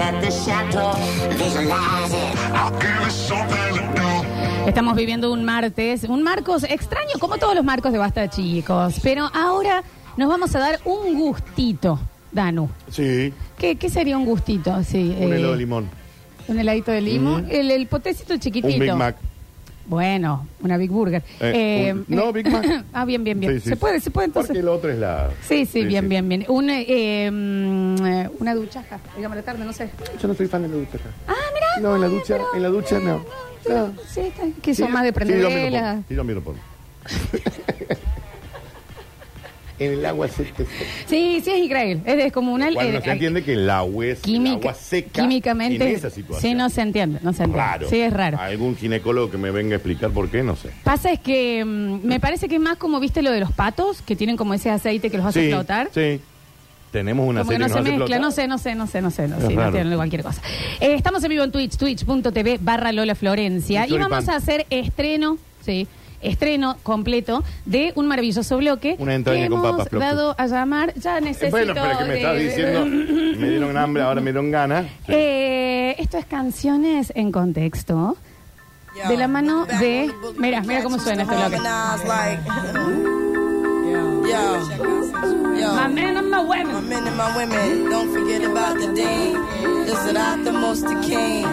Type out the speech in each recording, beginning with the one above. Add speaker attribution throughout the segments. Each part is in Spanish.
Speaker 1: at the chateau. Visualize it. I'll give it something to do.
Speaker 2: Estamos viviendo un martes, un marcos extraño, como todos los marcos de Basta, chicos. Pero ahora nos vamos a dar un gustito, Danu.
Speaker 3: Sí,
Speaker 2: ¿Qué, qué sería un gustito? Sí,
Speaker 3: un
Speaker 2: eh,
Speaker 3: helado de limón. Mm.
Speaker 2: Un heladito de limón. el, el potecito chiquitito.
Speaker 3: Un Big Mac.
Speaker 2: Bueno, una Big Burger.
Speaker 3: Eh,
Speaker 2: Eh,
Speaker 3: un- no, Big Mac.
Speaker 2: ah, bien, bien, bien.
Speaker 3: Sí, sí,
Speaker 2: se
Speaker 3: sí.
Speaker 2: puede, se puede entonces.
Speaker 3: Porque lo otro es la.
Speaker 2: Sí, sí, bien,
Speaker 3: sí.
Speaker 2: bien, bien. Un, eh, eh, mm, eh, una duchaja, digamos la tarde, no sé.
Speaker 3: Yo no soy fan de la ducha.
Speaker 2: Ah, mira.
Speaker 3: No, en la ducha, en la ducha no. No.
Speaker 2: Sí, está- que son más de prender
Speaker 3: sí, yo miro
Speaker 2: velas.
Speaker 3: porno, Sí, yo miro porno. en el agua seca.
Speaker 2: Sí, sí, es increíble. Es descomunal.
Speaker 3: Bueno,
Speaker 2: eh,
Speaker 3: no se
Speaker 2: hay-
Speaker 3: entiende que el agua es
Speaker 2: Química-
Speaker 3: el agua seca.
Speaker 2: químicamente.
Speaker 3: En esa situación.
Speaker 2: Sí, no se entiende, no se entiende.
Speaker 3: Raro.
Speaker 2: Sí, es raro.
Speaker 3: Algún ginecólogo que me venga a explicar por qué, no sé.
Speaker 2: Pasa es que mm, me parece que es más como viste lo de los patos, que tienen como ese aceite que los hace
Speaker 3: sí,
Speaker 2: explotar.
Speaker 3: Sí. Tenemos una
Speaker 2: Como que no
Speaker 3: serie que
Speaker 2: se
Speaker 3: nos hace
Speaker 2: mezcla,
Speaker 3: explotar.
Speaker 2: no sé, no sé, no sé, no sé, no
Speaker 3: Es
Speaker 2: sé, no
Speaker 3: raro.
Speaker 2: tienen cualquier cosa. Eh, estamos en vivo en Twitch, twitch.tv barra Lola Florencia
Speaker 3: El
Speaker 2: y vamos
Speaker 3: choripán.
Speaker 2: a hacer estreno, sí, estreno completo de un maravilloso bloque
Speaker 3: Una entraña
Speaker 2: que
Speaker 3: con
Speaker 2: hemos
Speaker 3: papas, Flor.
Speaker 2: dado a llamar, ya necesito...
Speaker 3: Eh, Bueno, pero que me
Speaker 2: de-
Speaker 3: estás diciendo, me dieron hambre, ahora me dieron ganas. Sí.
Speaker 2: Eh, esto es Canciones en Contexto. De la mano de. Mira, mira cómo suena este bloque. My
Speaker 4: bloque.
Speaker 2: man and my woman.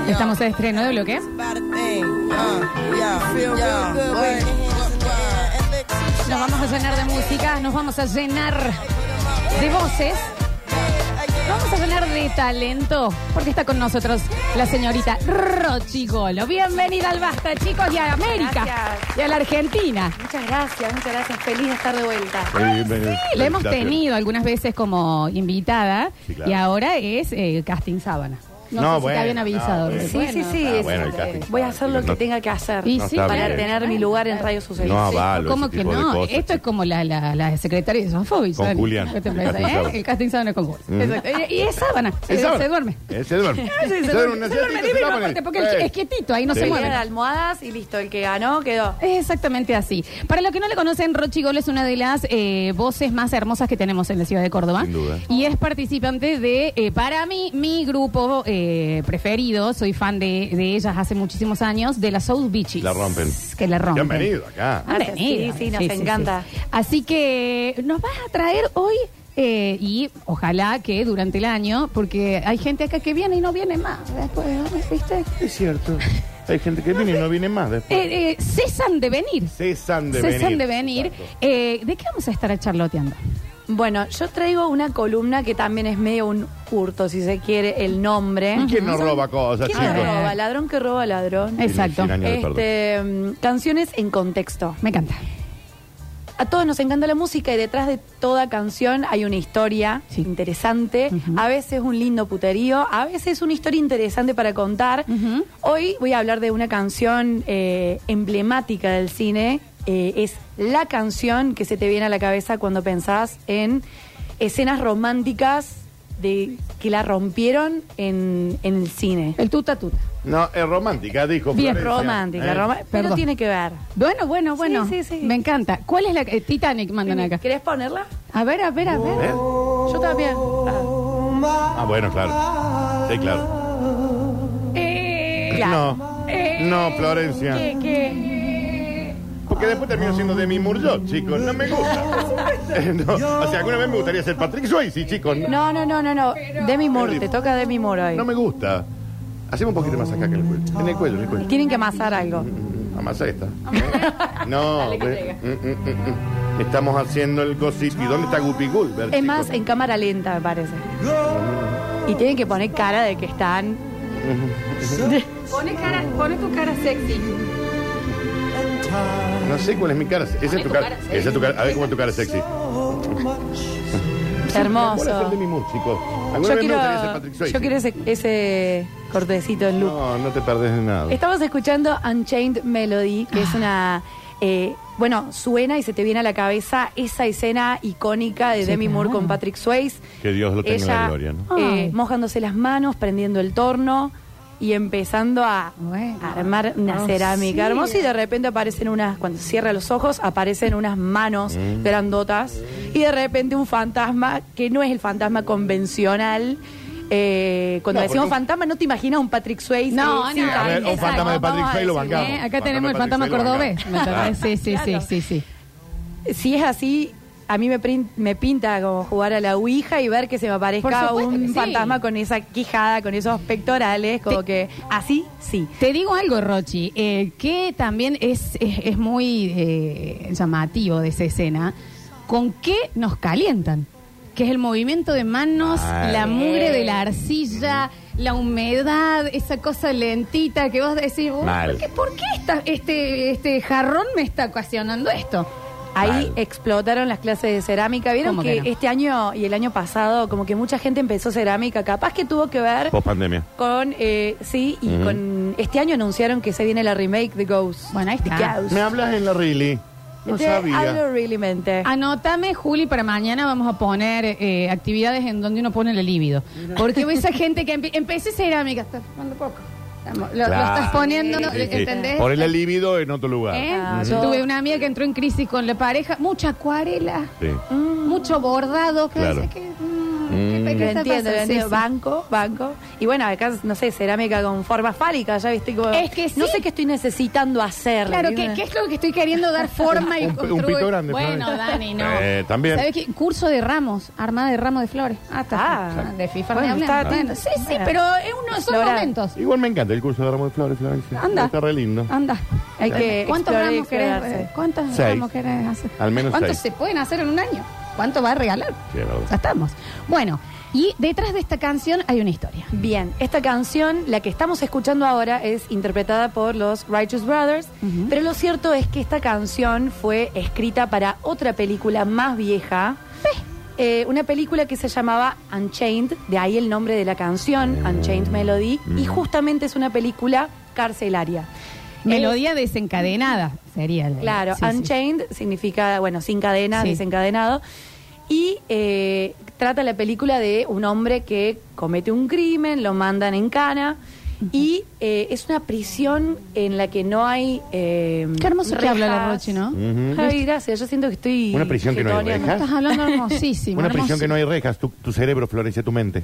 Speaker 2: Estamos de estreno de bloque. Uh, Nos vamos a llenar de música, nos vamos a llenar de voces, nos vamos a llenar de talento, porque está con nosotros la señorita Rochi Golo. Bienvenida al Basta, chicos, y a América
Speaker 5: Gracias.
Speaker 2: y a la Argentina.
Speaker 5: Muchas gracias, muchas gracias. Feliz de estar de vuelta.
Speaker 3: Sí,
Speaker 2: La hemos
Speaker 3: gracias.
Speaker 2: tenido algunas veces como invitada
Speaker 3: Sí, claro.
Speaker 2: y ahora es eh, casting sábana. No,
Speaker 3: No,
Speaker 2: sé si
Speaker 3: bueno,
Speaker 2: te habían avisado.
Speaker 3: no, bueno.
Speaker 5: Sí,
Speaker 2: Bueno.
Speaker 5: sí, sí.
Speaker 3: Ah,
Speaker 5: es-
Speaker 3: bueno, el casting.
Speaker 5: eh, voy a hacer lo
Speaker 3: No.
Speaker 5: que tenga que hacer
Speaker 2: Y
Speaker 3: No
Speaker 2: sí,
Speaker 3: está
Speaker 5: para
Speaker 3: bien.
Speaker 5: tener mi lugar en Radio Suceso.
Speaker 3: No avalo
Speaker 2: ¿Cómo
Speaker 3: ese
Speaker 2: que
Speaker 3: tipo de
Speaker 2: no?
Speaker 3: cosas,
Speaker 2: Esto es
Speaker 3: chicos.
Speaker 2: como la, la, la secretaria de Sofobi.
Speaker 3: Con
Speaker 2: ¿saben?
Speaker 3: Julián.
Speaker 2: ¿Qué te parece,
Speaker 3: El casting
Speaker 2: eh?
Speaker 3: sábana.
Speaker 2: El casting sábana con Julián.
Speaker 3: Mm.
Speaker 2: Exacto. Y y es sábana.
Speaker 3: ¿Es
Speaker 2: se-
Speaker 3: sábana?
Speaker 2: Se duerme. Ah,
Speaker 3: ¿Es- Se duerme.
Speaker 2: Sí, se duerme,
Speaker 3: una
Speaker 2: se duerme
Speaker 3: siesta,
Speaker 2: divino,
Speaker 3: se duerme.
Speaker 2: aparte, porque el-
Speaker 3: Eh.
Speaker 2: es quietito, ahí no
Speaker 3: Sí.
Speaker 2: se
Speaker 5: Llegar
Speaker 2: mueve.
Speaker 5: a almohadas y listo, el que ganó quedó.
Speaker 2: Es exactamente así. Para los que no le conocen, Rochi Gol es una de las eh, voces más hermosas que tenemos en la ciudad de Córdoba.
Speaker 3: Sin duda.
Speaker 2: Y es participante de, eh, para mí, mi grupo eh, preferido. Soy fan de, de ellas hace muchísimos años, de las South Beaches.
Speaker 3: La rompen.
Speaker 2: Que la rompen.
Speaker 3: Ya han venido acá.
Speaker 2: Han
Speaker 5: Gracias,
Speaker 2: venido.
Speaker 5: sí, sí, nos encanta.
Speaker 2: Así que nos vas a traer hoy eh, y ojalá que durante el año, porque hay gente acá que viene y no viene más después, ¿viste?
Speaker 3: Es cierto. Hay gente que viene y no viene más después.
Speaker 2: Eh, eh, cesan de venir.
Speaker 3: Cesan de venir.
Speaker 2: Cesan de venir.
Speaker 3: Exacto.
Speaker 2: Eh, ¿De qué vamos a estar charloteando?
Speaker 5: Bueno, yo traigo una columna que también es medio un hurto, si se quiere, el nombre.
Speaker 3: ¿Y quién nos roba cosas,
Speaker 5: ¿Quién
Speaker 3: chicos?
Speaker 5: nos roba? Ladrón que roba ladrón.
Speaker 2: Eh, Exacto.
Speaker 3: Tiene cien años de perdón.
Speaker 5: Este, mm, canciones en contexto.
Speaker 2: Me encanta.
Speaker 5: A todos nos encanta la música y detrás de toda canción hay una historia
Speaker 2: Sí.
Speaker 5: interesante,
Speaker 2: Ujú.
Speaker 5: a veces un lindo puterío, a veces una historia interesante para contar.
Speaker 2: Ujú.
Speaker 5: Hoy voy a hablar de una canción eh, emblemática del cine, eh, es la canción que se te viene a la cabeza cuando pensás en escenas románticas de que la rompieron en, en el cine.
Speaker 2: El tuta tuta.
Speaker 3: No, es romántica, dijo.
Speaker 2: Bien,
Speaker 3: Florencia.
Speaker 5: Romántica,
Speaker 3: Eh,
Speaker 5: roma- pero
Speaker 2: Perdón.
Speaker 5: tiene que ver.
Speaker 2: Bueno, bueno, bueno.
Speaker 5: Sí, sí, sí.
Speaker 2: Me encanta. ¿Cuál es la que- eh, Titanic mandan acá?
Speaker 5: ¿Querés ponerla?
Speaker 2: A ver, a ver, a ver.
Speaker 3: ¿eh?
Speaker 5: Yo también.
Speaker 3: Ah, bueno, claro. Sí, claro.
Speaker 2: Eh,
Speaker 3: No. No, Florencia.
Speaker 2: ¿Qué, qué?
Speaker 3: Porque después termino siendo de mi Murdoch, chicos. No me gusta. Eh, no. O sea, alguna vez me gustaría ser Patrick Swayze, chicos. No,
Speaker 5: No, no, no, no, no. Demi Moore, te toca Demi Moore hoy.
Speaker 3: no me gusta. Hacemos un poquito más acá que el cuello. En el cuello, en el cuello.
Speaker 5: Tienen que amasar algo.
Speaker 3: Amasa esta. No, ve- mm, mm, mm, mm. estamos haciendo el cosito. ¿Y dónde está Guppy Gulbert?
Speaker 5: Es
Speaker 3: chicos?
Speaker 5: más, en cámara lenta, me parece. Y tienen que poner cara de que están.
Speaker 2: Pone, cara, pone tu cara sexy.
Speaker 3: No sé cuál es mi cara. Esa es tu cara. Esa es tu cara. A ver cómo es tu cara sexy. ¿Cuál es el
Speaker 5: Hermoso.
Speaker 3: de mi Moore, chicos? ¿Alguna
Speaker 5: Yo
Speaker 3: vez
Speaker 5: quiero,
Speaker 3: me gustaría ser Patrick Swayze?
Speaker 5: yo quiero ese, ese cortecito en loop.
Speaker 3: No, no te perdés de nada.
Speaker 5: Estamos escuchando Unchained Melody, que es
Speaker 3: Ah.
Speaker 5: una. eh, bueno, suena y se te viene a la cabeza esa escena icónica de
Speaker 2: Sí,
Speaker 5: Demi Moore
Speaker 2: claro.
Speaker 5: con Patrick Swayze.
Speaker 3: Que Dios lo tenga en la
Speaker 5: Ella,
Speaker 3: gloria, ¿no?
Speaker 5: eh,
Speaker 2: Ay.
Speaker 5: mojándose las manos, prendiendo el torno y empezando a
Speaker 2: Bueno.
Speaker 5: a armar una
Speaker 2: Ah,
Speaker 5: cerámica
Speaker 2: sí.
Speaker 5: hermosa y de repente aparecen unas, cuando cierra los ojos, aparecen unas manos
Speaker 3: Mm.
Speaker 5: grandotas y de repente un fantasma que no es el fantasma convencional. Eh,
Speaker 3: No,
Speaker 5: cuando decimos
Speaker 3: porque un-
Speaker 5: fantasma, no te imaginas un Patrick Swayze.
Speaker 2: No,
Speaker 5: sin
Speaker 2: no,
Speaker 3: A ver,
Speaker 5: cabeza.
Speaker 3: un fantasma de
Speaker 5: Vamos
Speaker 3: Patrick
Speaker 5: a
Speaker 3: Swayze lo
Speaker 5: decir,
Speaker 3: bancamos.
Speaker 2: Eh,
Speaker 5: ¿eh?
Speaker 2: Acá tenemos el fantasma
Speaker 3: Fantasma de Patrick
Speaker 2: cordobés.
Speaker 3: Swayze,
Speaker 2: ¿me entendés?
Speaker 3: Ah.
Speaker 2: Sí, sí, sí, sí, sí.
Speaker 5: Si es así, a mí me, prin- me pinta como jugar a la Ouija y ver que se me
Speaker 2: Por
Speaker 5: aparezca
Speaker 2: supuesto que
Speaker 5: un
Speaker 2: sí.
Speaker 5: fantasma con esa quijada, con esos pectorales, como que así, sí.
Speaker 2: Te digo algo, Rochi, eh, que también es, es, es muy eh, llamativo de esa escena. ¿Con qué nos calientan? Que es el movimiento de manos,
Speaker 3: Ay.
Speaker 2: la mugre de la arcilla, la humedad, esa cosa lentita que vos decís, "Uy,
Speaker 3: Mal.
Speaker 2: ¿por qué, por qué esta- este, este jarrón me está ocasionando esto?
Speaker 5: Ahí
Speaker 3: Mal.
Speaker 5: explotaron las clases de cerámica. Vieron
Speaker 2: ¿Cómo
Speaker 5: que,
Speaker 2: que no?
Speaker 5: este año y el año pasado, como que mucha gente empezó cerámica. Capaz que tuvo que ver
Speaker 3: Post pandemia.
Speaker 5: con, eh, sí, y
Speaker 3: Ujú.
Speaker 5: con. Este año anunciaron que se viene la remake de Ghost.
Speaker 2: Bueno, ahí
Speaker 5: The
Speaker 2: está.
Speaker 5: Ghost.
Speaker 3: Me hablas en la Really. No
Speaker 5: Este, hablo
Speaker 3: sabía.
Speaker 5: really mente.
Speaker 2: Anótame, Juli, para mañana vamos a poner eh, actividades en donde uno pone el libido. Porque esa gente que empe- empecé cerámica, estás tomando poco. Estamos- Lo, lo
Speaker 3: Claro.
Speaker 2: estás poniendo,
Speaker 3: Sí, sí, sí.
Speaker 2: ¿entendés?
Speaker 3: Por el libido en otro lugar.
Speaker 2: ¿Eh?
Speaker 5: Ah,
Speaker 2: Ujú.
Speaker 5: yo-
Speaker 2: Tuve una amiga que entró en crisis con la pareja, mucha acuarela,
Speaker 3: Sí.
Speaker 2: mucho bordado, que
Speaker 3: Claro.
Speaker 2: dice que, mm,
Speaker 3: Mm.
Speaker 2: ¿qué-
Speaker 5: Lo
Speaker 2: qué está
Speaker 5: entiendo,
Speaker 2: pasando?
Speaker 5: lo
Speaker 2: Sí,
Speaker 5: entiendo.
Speaker 2: sí.
Speaker 5: Banco, banco. Y bueno, acá, no sé, cerámica con formas fálicas, ya viste. Como,
Speaker 2: Es que sí.
Speaker 5: No sé qué estoy necesitando hacer.
Speaker 2: Claro,
Speaker 5: ¿viste?
Speaker 2: ¿qué, qué es lo que estoy queriendo dar forma y
Speaker 3: Un- un
Speaker 2: construir?
Speaker 3: pito grande,
Speaker 2: Bueno,
Speaker 3: Flores.
Speaker 2: Dani, no.
Speaker 3: Eh, también.
Speaker 2: ¿Sabes qué? Curso de ramos, armada de ramos de flores. Ah, está.
Speaker 5: Ah.
Speaker 2: de FIFA
Speaker 5: Bueno,
Speaker 2: ni
Speaker 5: está
Speaker 2: hablemos.
Speaker 5: atento.
Speaker 2: Bueno, sí, sí,
Speaker 5: Bueno.
Speaker 2: pero es uno, son
Speaker 5: Explorar.
Speaker 2: momentos.
Speaker 3: Igual me encanta el curso de ramos de flores, Florencia.
Speaker 2: Anda.
Speaker 3: Está re lindo.
Speaker 2: Anda.
Speaker 5: Hay que
Speaker 2: ¿Cuántos
Speaker 5: explorar y
Speaker 2: ramos querés?
Speaker 5: explorarse.
Speaker 2: eh, ¿Cuántos
Speaker 3: Seis.
Speaker 2: ramos querés hacer?
Speaker 3: Al menos
Speaker 2: ¿Cuántos
Speaker 3: seis.
Speaker 2: se pueden hacer en un año? ¿Cuánto va a regalar?
Speaker 3: Sí, es verdad.
Speaker 2: Ya estamos. Bueno, y detrás de esta canción hay una historia.
Speaker 5: Bien, esta canción, la que estamos escuchando ahora, es interpretada por los Righteous Brothers,
Speaker 2: Ujú.
Speaker 5: pero lo cierto es que esta canción fue escrita para otra película más vieja, eh, una película que se llamaba Unchained, de ahí el nombre de la canción,
Speaker 2: Eh,
Speaker 5: Unchained Melody,
Speaker 2: mm.
Speaker 5: y justamente es una película carcelaria.
Speaker 2: Melodía desencadenada sería el.
Speaker 5: Claro,
Speaker 2: sí, sí.
Speaker 5: Unchained significa, bueno, sin cadenas,
Speaker 2: Sí.
Speaker 5: desencadenado. Y eh, trata la película de un hombre que comete un crimen, lo mandan en cana. Y eh, es una prisión en la que no hay. eh,
Speaker 2: Qué hermoso que habla la
Speaker 5: rejas.
Speaker 2: Rochi, ¿no?
Speaker 3: Ujú.
Speaker 5: Ay, gracias. Yo siento que estoy.
Speaker 3: Una prisión que no hay
Speaker 5: getoneando.
Speaker 3: rejas.
Speaker 2: Estás hablando hermosísimo.
Speaker 3: Una prisión
Speaker 2: hermoso.
Speaker 3: que no hay rejas, tu, tu cerebro, Florencia, tu mente.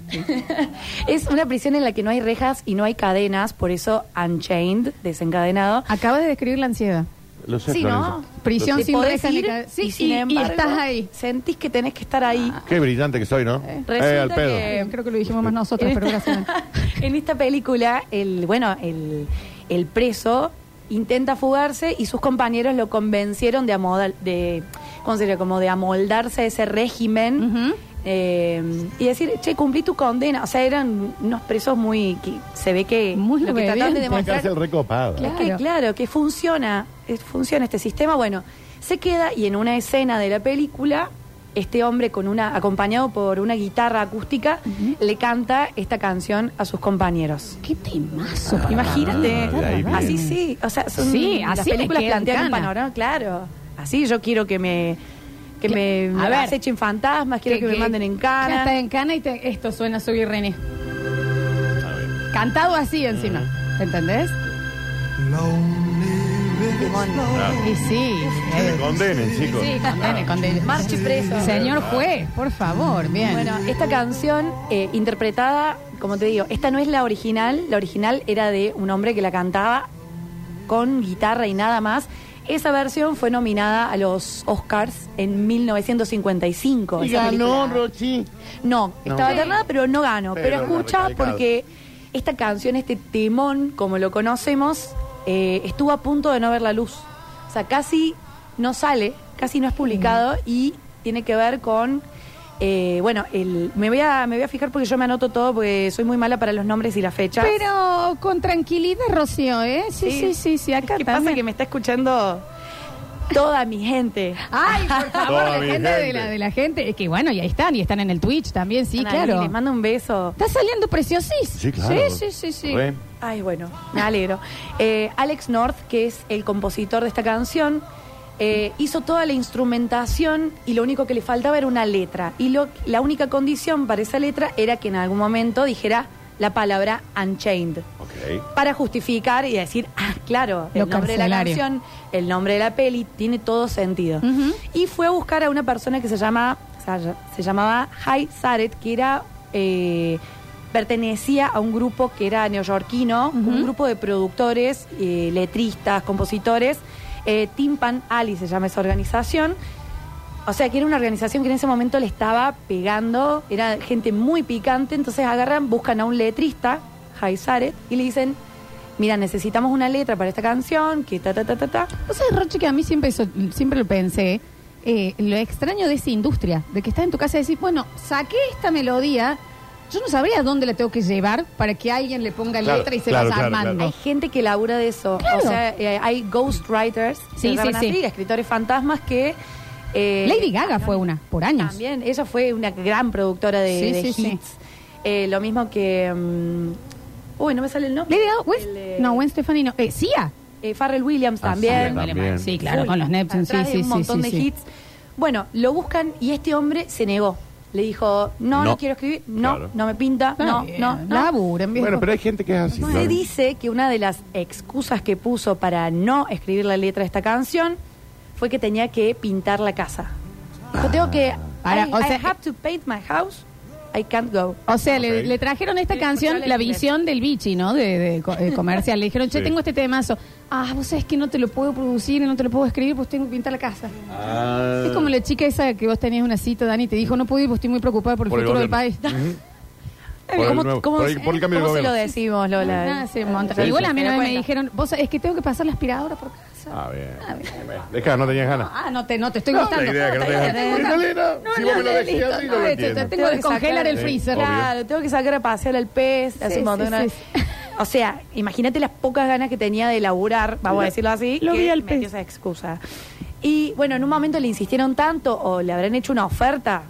Speaker 5: Es una prisión en la que no hay rejas y no hay cadenas, por eso Unchained, desencadenado.
Speaker 2: Acabas de describir la ansiedad.
Speaker 3: Lo sé,
Speaker 5: Sí, ¿no?
Speaker 3: Florencia.
Speaker 2: Prisión
Speaker 5: Te
Speaker 2: sin
Speaker 5: podés
Speaker 2: rejas ni
Speaker 5: ir
Speaker 2: ca- Sí,
Speaker 5: y, sin
Speaker 2: y- y
Speaker 5: embargo,
Speaker 2: estás ahí.
Speaker 5: Sentís que tenés que estar ahí.
Speaker 3: Qué brillante que soy, ¿no?
Speaker 5: resulta
Speaker 3: Eh, al pedo.
Speaker 5: que-
Speaker 2: Eh, creo que lo dijimos más nosotros, pero gracias.
Speaker 5: en esta película, el, bueno, el, el preso intenta fugarse y sus compañeros lo convencieron de, amoda- de, ¿cómo sería? Como de amoldarse a ese régimen
Speaker 2: Ujú.
Speaker 5: eh, y decir, che, cumplí tu condena. O sea, eran unos presos muy... que se ve que...
Speaker 2: Muy
Speaker 5: lo que trataban de
Speaker 2: obedientes.
Speaker 3: Una
Speaker 5: demostrar
Speaker 3: cárcel recopada.
Speaker 5: es
Speaker 2: Claro.
Speaker 5: que, claro, que funciona, eh, funciona este sistema. Bueno, se queda y en una escena de la película, este hombre con una, acompañado por una guitarra acústica, le canta esta canción a sus compañeros.
Speaker 2: Qué temazo. para
Speaker 5: Imagínate,
Speaker 3: Ah, de ahí viene.
Speaker 5: así sí, o sea, son
Speaker 2: Sí,
Speaker 5: las
Speaker 2: así le
Speaker 5: películas
Speaker 2: queda
Speaker 5: plantean
Speaker 2: en
Speaker 5: un
Speaker 2: cana.
Speaker 5: panorama, claro. Así yo quiero que me que
Speaker 2: Que-
Speaker 5: me
Speaker 2: a ver.
Speaker 5: acechen fantasmas, quiero que, me manden en
Speaker 2: Ya
Speaker 5: cara.
Speaker 2: estás en cana y te- esto suena subir René. Cantado así encima. ¿Entendés? Y sí. eh,
Speaker 3: Me condenen, chicos.
Speaker 2: Sí, condene, condene.
Speaker 5: Marchi preso.
Speaker 2: Señor juez, por favor, bien.
Speaker 5: Bueno, esta canción eh, interpretada, como te digo, esta no es la original. La original era de un hombre que la cantaba con guitarra y nada más. Esa versión fue nominada a los Oscars en 1955.
Speaker 3: Y
Speaker 5: esa
Speaker 3: ganó,
Speaker 5: película.
Speaker 3: Rochi.
Speaker 5: No,
Speaker 3: No.
Speaker 5: estaba
Speaker 3: Sí.
Speaker 5: ternada, pero no ganó. Pero,
Speaker 3: Pero
Speaker 5: escucha,
Speaker 3: recalcado.
Speaker 5: porque esta canción, este temón, como lo conocemos, eh, estuvo a punto de no ver la luz. O sea, casi no sale, casi no es
Speaker 2: Mm.
Speaker 5: publicado y tiene que ver con. eh, bueno, el, me, voy a, me voy a fijar porque yo me anoto todo porque soy muy mala para los nombres y las fechas.
Speaker 2: Pero con tranquilidad, Rocío, ¿eh? Sí, sí, sí, sí, acá
Speaker 5: ¿Qué pasa
Speaker 2: también.
Speaker 5: que me está escuchando toda mi gente?
Speaker 2: Ay, por favor,
Speaker 3: Toda
Speaker 2: la
Speaker 3: mi
Speaker 2: gente de
Speaker 3: gente.
Speaker 2: la, de la gente. Es que bueno, y ahí están, y están en el Twitch también, sí,
Speaker 5: Ana,
Speaker 2: claro.
Speaker 5: Les mando un beso.
Speaker 2: Está saliendo preciosís.
Speaker 3: Sí, claro.
Speaker 2: Sí, sí, sí, sí.
Speaker 3: Re.
Speaker 5: Ay, bueno, me alegro. Eh, Alex North, que es el compositor de esta canción, eh, hizo toda la instrumentación y lo único que le faltaba era una letra. Y lo- la única condición para esa letra era que en algún momento dijera la palabra Unchained.
Speaker 3: Ok.
Speaker 5: Para justificar y decir, ah, claro, el
Speaker 2: Lo
Speaker 5: nombre de la
Speaker 2: carcelario.
Speaker 5: canción, el nombre de la peli, tiene todo sentido.
Speaker 2: Ujú.
Speaker 5: Y fue a buscar a una persona que se llama se llamaba Hay Saret, que era eh, pertenecía a un grupo que era neoyorquino, un grupo de productores, eh, letristas, compositores. Eh, Timpan Ali se llama esa organización. O sea, que era una organización que en ese momento le estaba pegando, era gente muy picante, entonces agarran, buscan a un letrista, Jai Sareth, y le dicen, mira, necesitamos una letra para esta canción, que ta, ta, ta, ta, ta.
Speaker 2: O sea, Roche, que a mí siempre, eso- siempre lo pensé, eh, lo extraño de esa industria, de que estás en tu casa y decís, bueno, saqué esta melodía, yo no sabría dónde la tengo que llevar para que alguien le ponga
Speaker 3: Claro,
Speaker 2: letra y se
Speaker 3: claro,
Speaker 2: las
Speaker 3: claro,
Speaker 2: armando.
Speaker 3: claro.
Speaker 5: Hay gente que labura de eso.
Speaker 2: Claro.
Speaker 5: O sea, eh, hay ghostwriters,
Speaker 2: Sí,
Speaker 5: que se
Speaker 2: sí,
Speaker 5: llaman
Speaker 2: sí.
Speaker 5: así, escritores fantasmas que... eh,
Speaker 2: Lady Gaga fue una, por años.
Speaker 5: También, ella fue una gran productora de,
Speaker 2: Sí,
Speaker 5: de
Speaker 2: sí, sí.
Speaker 5: hits. Eh, lo mismo que... mm, uy, no me sale el nombre.
Speaker 2: Lady Gaga, Gwen-
Speaker 5: El, eh,
Speaker 2: no, Gwen Stefani no, eh, Sia.
Speaker 5: eh, Pharrell Williams
Speaker 3: Ah,
Speaker 5: también.
Speaker 3: Pharrell También.
Speaker 2: Sí, claro,
Speaker 5: Uy,
Speaker 2: con los Neptunes, sí,
Speaker 5: atrás de
Speaker 2: sí,
Speaker 5: un
Speaker 2: sí,
Speaker 5: montón
Speaker 2: sí,
Speaker 5: de
Speaker 2: sí.
Speaker 5: hits. Bueno, lo buscan y este hombre se negó. Le dijo, no, no,
Speaker 3: No.
Speaker 5: quiero escribir, no,
Speaker 3: Claro.
Speaker 5: no me pinta,
Speaker 2: Está
Speaker 5: no,
Speaker 2: bien,
Speaker 5: no, no.
Speaker 2: Laburen, viejo.
Speaker 3: Bueno, pero hay gente que es así.
Speaker 5: Se
Speaker 3: claro.
Speaker 5: dice que una de las excusas que puso para no escribir la letra de esta canción fue que tenía que pintar la casa.
Speaker 3: Ah.
Speaker 5: Yo tengo que.
Speaker 2: Para,
Speaker 5: I,
Speaker 2: o
Speaker 5: I
Speaker 2: sea-
Speaker 5: have to paint my house. I can't go.
Speaker 2: O sea, le,
Speaker 3: Ok.
Speaker 2: le trajeron esta
Speaker 5: Quiero
Speaker 2: canción,
Speaker 5: escuchar
Speaker 2: la
Speaker 5: el inglés.
Speaker 2: visión del bichi, ¿no? De, de co- eh, comercial. Le dijeron, che,
Speaker 3: Sí.
Speaker 2: tengo este temazo. Ah, vos sabés que no te lo puedo producir y no te lo puedo escribir, pues tengo que pintar la casa.
Speaker 3: Ah.
Speaker 2: Es como la chica esa que vos tenías una cita, Dani, y te dijo, no puedo ir, pues estoy muy preocupada por el
Speaker 3: Por el
Speaker 2: futuro del país.
Speaker 3: gobierno. Por el nuevo- por el- por el cambio de
Speaker 5: cómo se lo
Speaker 3: gobierno.
Speaker 5: decimos, Lola?
Speaker 2: Nada, se monta.
Speaker 3: Sí,
Speaker 2: Igual
Speaker 3: sí.
Speaker 2: a mí
Speaker 5: Me
Speaker 2: una
Speaker 5: da
Speaker 2: vez me
Speaker 5: cuenta.
Speaker 2: dijeron, vos sabés que tengo que pasar la aspiradora por casa.
Speaker 3: Ah, bien. Deja, no tenías ganas.
Speaker 2: Ah, no te, no te estoy
Speaker 3: No,
Speaker 2: gustando.
Speaker 3: la idea que no te hagas- Catalina, si vos me lo
Speaker 2: no,
Speaker 3: decías,
Speaker 2: listo,
Speaker 3: sí,
Speaker 2: no,
Speaker 3: no lo
Speaker 2: te-
Speaker 3: entiendo.
Speaker 2: Te tengo
Speaker 5: Tengo
Speaker 2: que
Speaker 5: que
Speaker 2: congelar
Speaker 5: sacar-
Speaker 2: el
Speaker 3: Sí,
Speaker 2: freezer.
Speaker 3: obvio.
Speaker 5: Claro, tengo que sacar a pasear al pez. hace un montón
Speaker 2: sí,
Speaker 5: de-
Speaker 2: sí,
Speaker 5: O sea, imagínate las pocas ganas que tenía de laburar, vamos a decirlo así.
Speaker 2: lo
Speaker 5: que
Speaker 2: vi al
Speaker 5: metió
Speaker 2: pez.
Speaker 5: esa excusa. Y bueno, en un momento le insistieron tanto o le habrán hecho una oferta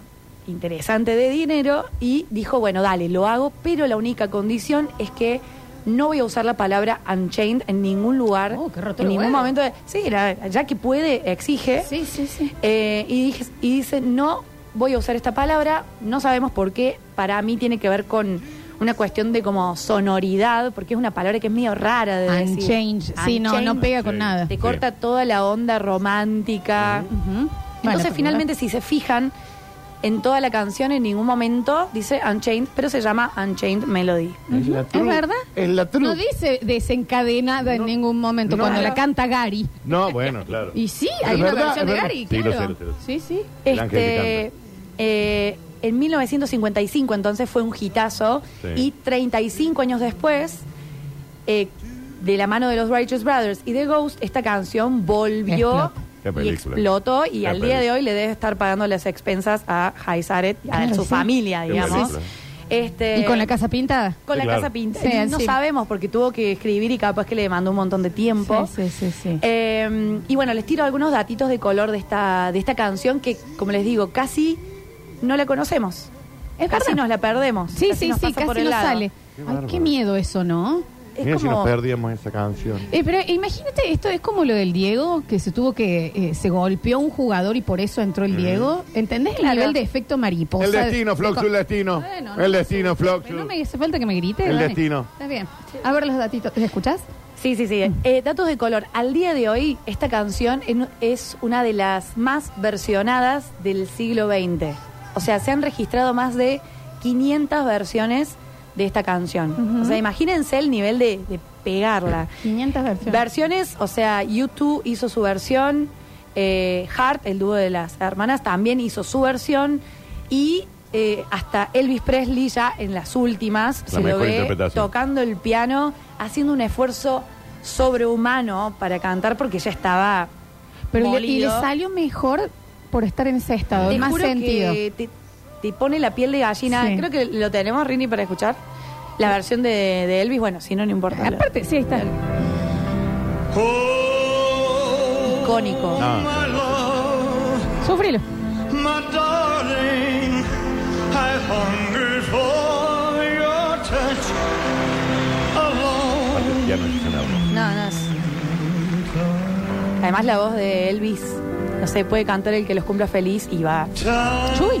Speaker 5: interesante de dinero y dijo, bueno, dale, lo hago, pero la única condición es que no voy a usar la palabra unchained en ningún lugar,
Speaker 2: Oh, qué roto
Speaker 5: en
Speaker 2: los
Speaker 5: ningún
Speaker 2: huevos.
Speaker 5: momento. de- sí, la- ya que puede, exige.
Speaker 2: Sí, sí, sí.
Speaker 5: Eh, y, dije- y dice, no voy a usar esta palabra, no sabemos por qué, para mí tiene que ver con una cuestión de como sonoridad, porque es una palabra que es medio rara de decir.
Speaker 2: Unchange. Sí, no,
Speaker 5: Unchanged.
Speaker 2: no pega con
Speaker 3: Sí.
Speaker 2: nada.
Speaker 5: Te corta toda la onda romántica.
Speaker 2: Ujú. Bueno,
Speaker 5: Entonces,
Speaker 2: pero-
Speaker 5: finalmente, si se fijan, en toda la canción en ningún momento dice Unchained, pero se llama Unchained Melody.
Speaker 3: Es la tru-
Speaker 2: verdad?
Speaker 3: Es la tru-
Speaker 2: No dice desencadenada en ningún momento
Speaker 3: No.
Speaker 2: cuando la canta Gary.
Speaker 3: No, bueno, claro.
Speaker 2: Y sí,
Speaker 3: Es
Speaker 2: hay una
Speaker 3: verdad,
Speaker 2: versión
Speaker 3: es
Speaker 2: de
Speaker 3: verdad.
Speaker 2: Gary,
Speaker 3: Sí, lo
Speaker 2: claro.
Speaker 3: sé, lo sé, lo sé.
Speaker 2: Sí, sí.
Speaker 3: El ángel que
Speaker 5: Este, eh, en 1955 entonces fue un hitazo
Speaker 3: Sí.
Speaker 5: y 35 años después, eh, de la mano de los Righteous Brothers y de Ghost, esta canción volvió
Speaker 2: Explota.
Speaker 3: Qué
Speaker 5: y
Speaker 3: película.
Speaker 5: explotó y
Speaker 3: Qué
Speaker 5: al día de
Speaker 3: película.
Speaker 5: hoy le debe estar pagando las expensas a Jai Sareth, y a
Speaker 2: Claro,
Speaker 5: su
Speaker 2: sí.
Speaker 5: familia,
Speaker 3: Qué
Speaker 5: digamos.
Speaker 3: película.
Speaker 5: Este,
Speaker 2: ¿Y con la casa pintada?
Speaker 5: con la
Speaker 3: Sí, claro.
Speaker 5: casa pinta.
Speaker 2: Sí,
Speaker 5: no
Speaker 2: sí.
Speaker 5: sabemos porque tuvo que escribir y capaz que le demandó un montón de tiempo.
Speaker 2: Sí, sí, sí, sí.
Speaker 5: Eh, y bueno, les tiro algunos datitos de color de esta, de esta canción que, como les digo, casi no la conocemos.
Speaker 2: Es
Speaker 5: casi
Speaker 2: verdad.
Speaker 5: nos la perdemos.
Speaker 2: Sí,
Speaker 5: casi
Speaker 2: sí,
Speaker 5: nos
Speaker 2: sí,
Speaker 5: pasa por
Speaker 2: casi
Speaker 5: el
Speaker 2: no
Speaker 5: lado.
Speaker 2: sale.
Speaker 3: Qué
Speaker 2: Ay, qué
Speaker 3: bárbaro.
Speaker 2: miedo eso, ¿no?
Speaker 5: Es
Speaker 3: Mira si
Speaker 5: como-
Speaker 3: nos perdíamos esa canción.
Speaker 2: Eh, pero imagínate, esto es como lo del Diego, que se tuvo que, eh, se golpeó un jugador y por eso entró el Diego. ¿Entendés el
Speaker 5: Claro.
Speaker 2: nivel de efecto mariposa?
Speaker 3: el destino, Floxu, el destino.
Speaker 2: Bueno, no
Speaker 3: el
Speaker 2: me
Speaker 3: destino, Floxu.
Speaker 2: Pero no me hace falta que me grite.
Speaker 3: El
Speaker 2: Dani.
Speaker 3: destino.
Speaker 2: Está bien. A ver los datitos. ¿Te escuchás?
Speaker 5: Sí, sí,
Speaker 2: Mm.
Speaker 5: sí. Eh, datos de color. Al día de hoy, esta canción en- es una de las más versionadas del siglo XX. O sea, se han registrado más de 500 versiones de esta canción.
Speaker 2: Ujú.
Speaker 5: O sea, imagínense el nivel de, de pegarla.
Speaker 2: 500 versiones.
Speaker 5: Versiones, o sea, U2 hizo su versión, eh, Hart, el dúo de las hermanas, también hizo su versión y eh, hasta Elvis Presley ya en las últimas
Speaker 3: La
Speaker 5: se lo
Speaker 3: mejor
Speaker 5: ve
Speaker 3: interpretación.
Speaker 5: tocando el piano, haciendo un esfuerzo sobrehumano para cantar porque ya estaba
Speaker 2: Pero le- y le
Speaker 5: molido.
Speaker 2: salió mejor por estar en ese estado,
Speaker 5: Te
Speaker 2: más
Speaker 5: juro
Speaker 2: sentido.
Speaker 5: que te, te pone la piel de gallina.
Speaker 2: Sí.
Speaker 5: Creo que lo tenemos, Rini, para escuchar. La versión de, de Elvis, bueno, si no, no importa.
Speaker 2: Aparte, sí, ahí está.
Speaker 5: Icónico.
Speaker 3: Ah,
Speaker 2: Sufrilo.
Speaker 4: My darling, I hunger for your touch alone.
Speaker 3: aparte el piano es una broma.
Speaker 5: No, no. es- Además la voz de Elvis, no sé, puede cantar el que los cumpla feliz y va.
Speaker 2: Chuy.
Speaker 4: Time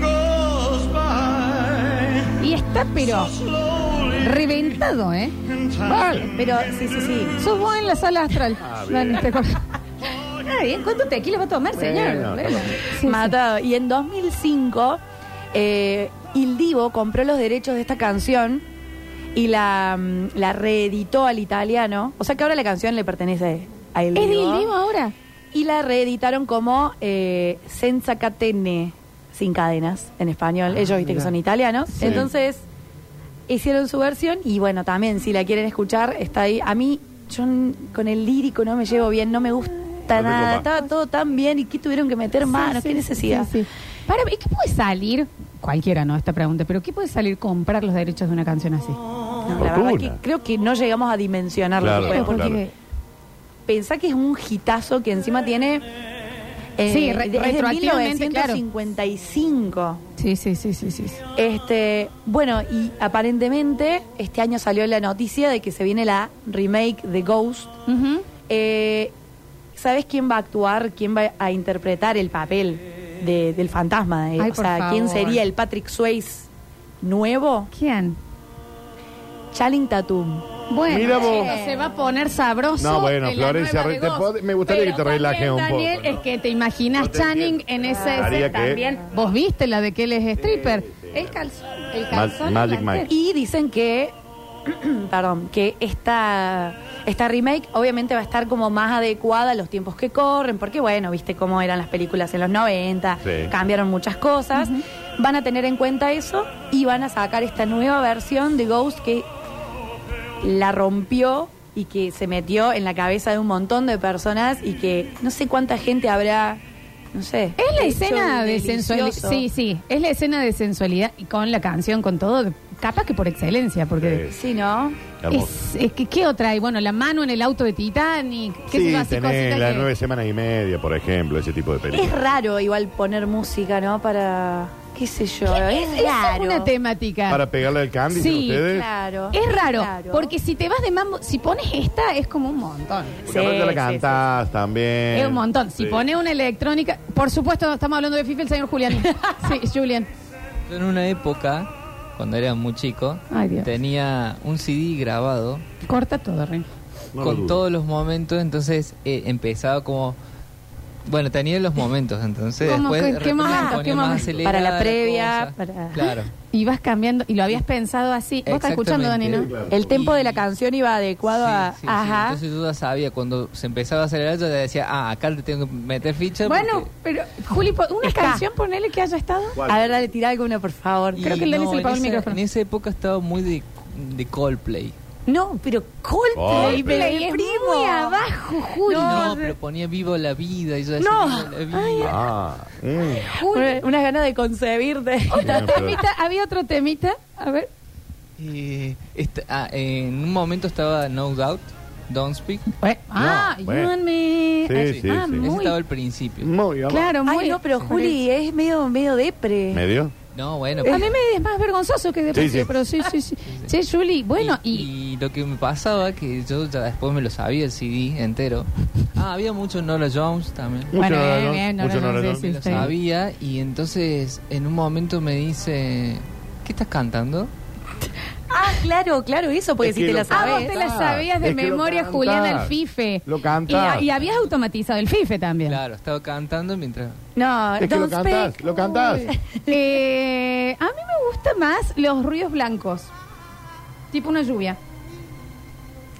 Speaker 4: goes by
Speaker 2: Y está, pero
Speaker 4: slowly
Speaker 2: reventado, ¿eh?
Speaker 4: in time.
Speaker 5: Vale, pero sí, sí, sí.
Speaker 2: Sos vos en la sala astral.
Speaker 3: bien.
Speaker 2: Dani, te acuerdas. Ah, bien, ¿cuánto tequila va a tomar, señor?
Speaker 3: Bueno,
Speaker 2: Bueno.
Speaker 3: está
Speaker 2: Sí,
Speaker 5: Matado. Y en 2005 eh, Y el Divo compró los derechos de esta canción y la, mm, la reeditó al italiano. O sea que ahora la canción le pertenece a El
Speaker 2: ¿Es
Speaker 5: Divo.
Speaker 2: del vivo ahora?
Speaker 5: Y la reeditaron como eh, Senza Catene, sin cadenas, en español.
Speaker 2: Ah,
Speaker 5: Ellos viste que son italianos. Entonces, hicieron su versión y bueno, también si la quieren escuchar, está ahí. A mí, yo n- con el lírico no me llevo bien, no me gusta
Speaker 3: te copa.
Speaker 5: nada. Estaba todo tan bien y qué tuvieron que meter mano, qué necesidad.
Speaker 2: Sí, sí. Para, ¿y qué puede salir? Cualquiera, ¿no? Esta pregunta, pero ¿qué puede salir comprar los derechos de una canción así?
Speaker 5: No, la verdad que
Speaker 3: Fortuna.
Speaker 5: creo que no llegamos a dimensionar
Speaker 3: Claro,
Speaker 5: lo que fue, porque
Speaker 3: claro.
Speaker 5: pensá que es un hitazo que encima tiene. eh,
Speaker 2: Sí, re-
Speaker 5: es de
Speaker 2: retroactivamente, claro.
Speaker 5: 1955.
Speaker 2: Sí, sí, sí, sí, sí.
Speaker 5: Este, bueno, y aparentemente este año salió la noticia de que se viene la remake de Ghost.
Speaker 2: Ujú.
Speaker 5: Eh, ¿Sabes quién va a actuar? ¿Quién va a interpretar el papel de- del fantasma? eh?
Speaker 2: Ay,
Speaker 5: o
Speaker 2: por
Speaker 5: sea, ¿quién
Speaker 2: favor.
Speaker 5: sería el Patrick Swayze nuevo?
Speaker 2: ¿Quién?
Speaker 5: Channing Tatum.
Speaker 2: Bueno,
Speaker 3: Mira vos.
Speaker 2: che, se va a poner sabroso.
Speaker 3: No, bueno,
Speaker 2: en la
Speaker 3: Florencia,
Speaker 2: nueva de
Speaker 3: te
Speaker 2: Ghost.
Speaker 3: pod- me gustaría
Speaker 2: Pero
Speaker 3: que te relajes
Speaker 2: también,
Speaker 3: un poco,
Speaker 2: Daniel,
Speaker 3: ¿no?
Speaker 2: es que te imaginas
Speaker 3: No te
Speaker 2: Channing en
Speaker 3: entiendo.
Speaker 2: esa
Speaker 3: Ah. Haría
Speaker 2: escena
Speaker 3: que-
Speaker 2: también. Vos viste la de que él es stripper. El calzón. El calzón.
Speaker 3: Magic
Speaker 2: en la
Speaker 3: Mike.
Speaker 2: tele.
Speaker 5: Y dicen que, perdón, que esta, esta remake obviamente va a estar como más adecuada a los tiempos que corren, porque bueno, viste cómo eran las películas en los 90,
Speaker 3: Sí.
Speaker 5: cambiaron muchas cosas. Van a tener en cuenta eso y van a sacar esta nueva versión de Ghost que la rompió y que se metió en la cabeza de un montón de personas y que no sé cuánta gente habrá, no sé.
Speaker 2: Es la
Speaker 5: hecho
Speaker 2: escena
Speaker 5: un
Speaker 2: de sensualidad.
Speaker 5: delicioso.
Speaker 2: Sí, sí. Es la escena de sensualidad y con la canción, con todo. Capaz que por excelencia, porque.
Speaker 5: Sí, ¿no?
Speaker 3: Hermoso.
Speaker 2: Es, es que, ¿qué otra hay? Bueno, la mano en el auto de Titanic. ¿Qué se
Speaker 3: Sí,
Speaker 2: va así,
Speaker 3: tenés
Speaker 2: cositas
Speaker 3: las
Speaker 2: que-
Speaker 3: nueve semanas y media, por ejemplo, ese tipo de
Speaker 5: Es
Speaker 3: películas.
Speaker 5: raro igual poner música, ¿no? Para, qué sé yo, es,
Speaker 2: Esa es
Speaker 5: raro.
Speaker 2: una temática.
Speaker 3: Para pegarle al candy, dicen
Speaker 2: Sí,
Speaker 3: ustedes.
Speaker 5: Claro.
Speaker 2: Es raro,
Speaker 5: Claro.
Speaker 2: porque si te vas de mambo, si pones esta es como un montón.
Speaker 3: Porque aparte
Speaker 5: Sí,
Speaker 3: la
Speaker 5: sí,
Speaker 3: cantás también.
Speaker 6: Eh,
Speaker 2: Es un montón. Si
Speaker 3: Sí.
Speaker 2: pone una electrónica, por supuesto, estamos hablando de FIFA, el señor Julián. sí, Julián.
Speaker 6: Yo en una época, cuando era muy chico,
Speaker 2: Ay, Dios.
Speaker 6: tenía un CD grabado
Speaker 2: Corta todo, Ren.
Speaker 3: No lo
Speaker 6: con
Speaker 3: dudo.
Speaker 6: todos los momentos, entonces eh, empezaba como... Bueno, tenía los momentos, entonces
Speaker 2: ¿Cómo?
Speaker 6: después
Speaker 2: ¿Qué-
Speaker 6: de
Speaker 2: qué
Speaker 6: repente le
Speaker 2: momentos?
Speaker 6: ponía
Speaker 2: ¿Qué
Speaker 6: más
Speaker 2: momentos?
Speaker 6: acelerada
Speaker 5: Para la
Speaker 6: la
Speaker 5: previa,
Speaker 6: cosa.
Speaker 5: para-
Speaker 6: Claro.
Speaker 2: Y vas cambiando, y lo habías pensado así. Vos estás escuchando, Dani,
Speaker 6: Exactamente.
Speaker 2: ¿no?
Speaker 6: Sí, claro.
Speaker 5: El tempo de la
Speaker 6: Y-
Speaker 5: canción iba adecuado a...
Speaker 6: Sí, sí, sí.
Speaker 5: Ajá.
Speaker 6: Entonces yo ya sabía, cuando se empezaba a acelerar, yo ya decía, ah, acá le tengo que meter ficha.
Speaker 2: Bueno,
Speaker 6: porque-
Speaker 2: pero, Juli, po- una
Speaker 5: Está.
Speaker 2: canción ponele que haya estado.
Speaker 5: A ver, dale, tira alguna, por favor.
Speaker 6: Y
Speaker 2: creo que el Dani se le
Speaker 6: en
Speaker 2: apagó el
Speaker 6: esa-
Speaker 2: micrófono.
Speaker 6: En esa época estaba muy de, de Coldplay.
Speaker 5: No, pero Coldplay,
Speaker 3: Coldplay.
Speaker 5: bebé
Speaker 2: es
Speaker 5: primo.
Speaker 2: muy abajo, Juli.
Speaker 6: No, pero ponía vivo la vida. Y yo decía,
Speaker 5: No.
Speaker 6: "Viva la vida".
Speaker 3: Ah, mm.
Speaker 5: Una- Unas ganas de concebirte.
Speaker 2: Otro
Speaker 3: Bien, pero-
Speaker 2: temita, había otro temita. A ver.
Speaker 6: Eh, esta- ah, en un momento estaba No Doubt, Don't Speak.
Speaker 2: ah,
Speaker 3: No, bueno.
Speaker 2: you and me.
Speaker 3: Sí,
Speaker 2: Ay,
Speaker 3: sí, Mm.
Speaker 2: ah,
Speaker 3: sí.
Speaker 6: Ese
Speaker 2: muy.
Speaker 6: estaba al principio.
Speaker 3: Muy bien.
Speaker 2: Claro, muy.
Speaker 5: Ay, no, pero Juli, es medio, medio depre.
Speaker 3: ¿Medio?
Speaker 6: No, bueno.
Speaker 2: A
Speaker 6: pero-
Speaker 2: mí me es más vergonzoso que de
Speaker 3: Sí,
Speaker 2: principio,
Speaker 3: sí.
Speaker 2: pero sí, sí, sí. Che, Juli, bueno, y,
Speaker 6: y lo que me pasaba, que yo ya después me lo sabía el CD entero. Ah, había mucho Nora Jones también.
Speaker 3: Mucho
Speaker 2: Bueno,
Speaker 3: no
Speaker 2: bien,
Speaker 3: era,
Speaker 2: bien, no
Speaker 3: mucho
Speaker 2: era,
Speaker 3: no era,
Speaker 2: sí,
Speaker 6: Me
Speaker 3: no.
Speaker 6: lo
Speaker 2: sí.
Speaker 6: sabía y entonces en un momento me dice, ¿qué estás cantando?
Speaker 5: Ah, claro, claro, eso, porque
Speaker 3: Es
Speaker 5: si
Speaker 3: que
Speaker 5: te
Speaker 3: lo
Speaker 5: la
Speaker 2: Ah,
Speaker 5: sabes.
Speaker 2: vos te la sabías de
Speaker 3: Es que lo
Speaker 2: memoria,
Speaker 3: cantás.
Speaker 2: Julián, al FIFE.
Speaker 3: Lo cantás.
Speaker 2: Y, y habías automatizado el FIFE también.
Speaker 6: Claro, estaba cantando mientras...
Speaker 5: No,
Speaker 3: Es que lo
Speaker 5: don't
Speaker 3: cantás,
Speaker 5: speak.
Speaker 3: lo cantás.
Speaker 2: Eh, a mí me gustan más los ruidos blancos. Tipo una lluvia.